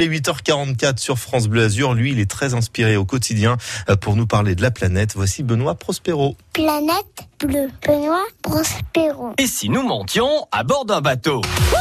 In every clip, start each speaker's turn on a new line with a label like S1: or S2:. S1: Il est 8h44 sur France Bleu Azur. Lui, il est très inspiré au quotidien euh, pour nous parler de la planète. Voici Benoît Prospero.
S2: Planète bleue. Benoît Prospero.
S3: Et si nous montions à bord d'un bateau
S4: Oh,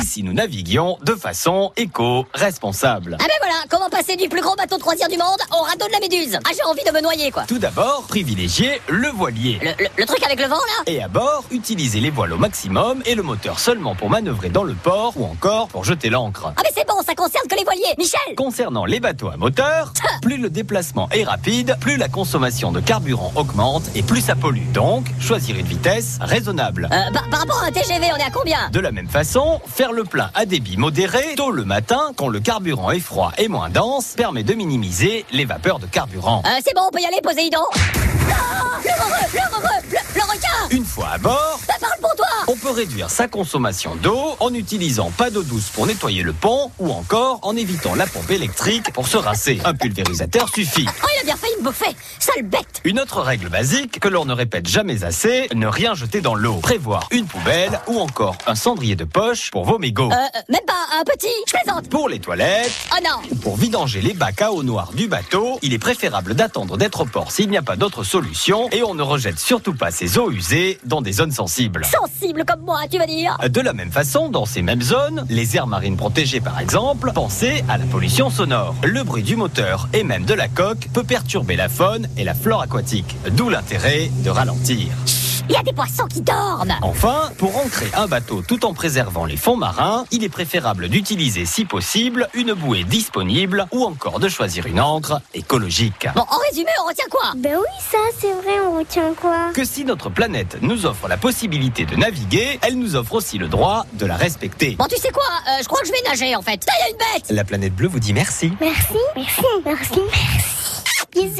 S3: Et si nous naviguions de façon éco-responsable
S4: Ah ben voilà, comment passer du plus gros bateau de croisière du monde au radeau de la Méduse Ah j'ai envie de me noyer quoi.
S3: Tout d'abord, privilégier le voilier.
S4: Le, le- le truc avec le vent là
S3: Et à bord, utiliser les voiles au maximum et le moteur seulement pour manœuvrer dans le port ou encore pour jeter l'ancre.
S4: Ah mais c'est bon, ça concerne que les voiliers. Michel
S3: Concernant les bateaux à moteur, plus le déplacement est rapide, plus la consommation de carburant augmente et plus ça pollue. Donc, choisir une vitesse raisonnable.
S4: Euh, par- Par rapport à un TGV, on est à combien
S3: De la même façon, faire le plein à débit modéré tôt le matin quand le carburant est froid et moins dense permet de minimiser les vapeurs de carburant.
S4: euh, C'est bon, on peut y aller, Poséidon Ah, Le heureux, le heureux, le, le requin
S3: Une fois à bord,
S4: Ça parle pour toi
S3: on peut réduire sa consommation d'eau en n'utilisant pas d'eau douce pour nettoyer le pont ou encore en évitant la pompe électrique pour se rincer. Un pulvérisateur suffit.
S4: Oh il a bien failli me bouffer Sale bête
S3: Une autre règle basique que l'on ne répète jamais assez, ne rien jeter dans l'eau. Prévoir une poubelle ou encore un cendrier de poche pour vos mégots.
S4: euh, euh, Même pas un petit Je plaisante
S3: Pour les toilettes,
S4: Oh non
S3: Pour vidanger les bacs à eau noire du bateau, il est préférable d'attendre d'être au port s'il n'y a pas d'autre solution et on ne rejette surtout pas ces eaux usées dans des zones sensibles.
S4: Sensible comme moi, tu vas dire
S3: De la même façon, dans ces mêmes zones, les aires marines protégées par exemple, pensez à la pollution sonore. Le bruit du moteur et même de la coque peut perturber la faune et la flore aquatique, d'où l'intérêt de ralentir.
S4: Il y a des poissons qui dorment
S3: Enfin, pour ancrer un bateau tout en préservant les fonds marins, il est préférable d'utiliser si possible une bouée disponible ou encore de choisir une ancre écologique.
S4: Bon, en résumé, on retient quoi
S2: Ben oui, ça, c'est vrai, on retient quoi
S3: Que si notre planète nous offre la possibilité de naviguer, elle nous offre aussi le droit de la respecter.
S4: Bon, tu sais quoi Euh, Je crois que je vais nager en fait. Ça y a une bête
S3: La planète bleue vous dit merci.
S2: Merci. Merci. Merci. Merci. Bisous.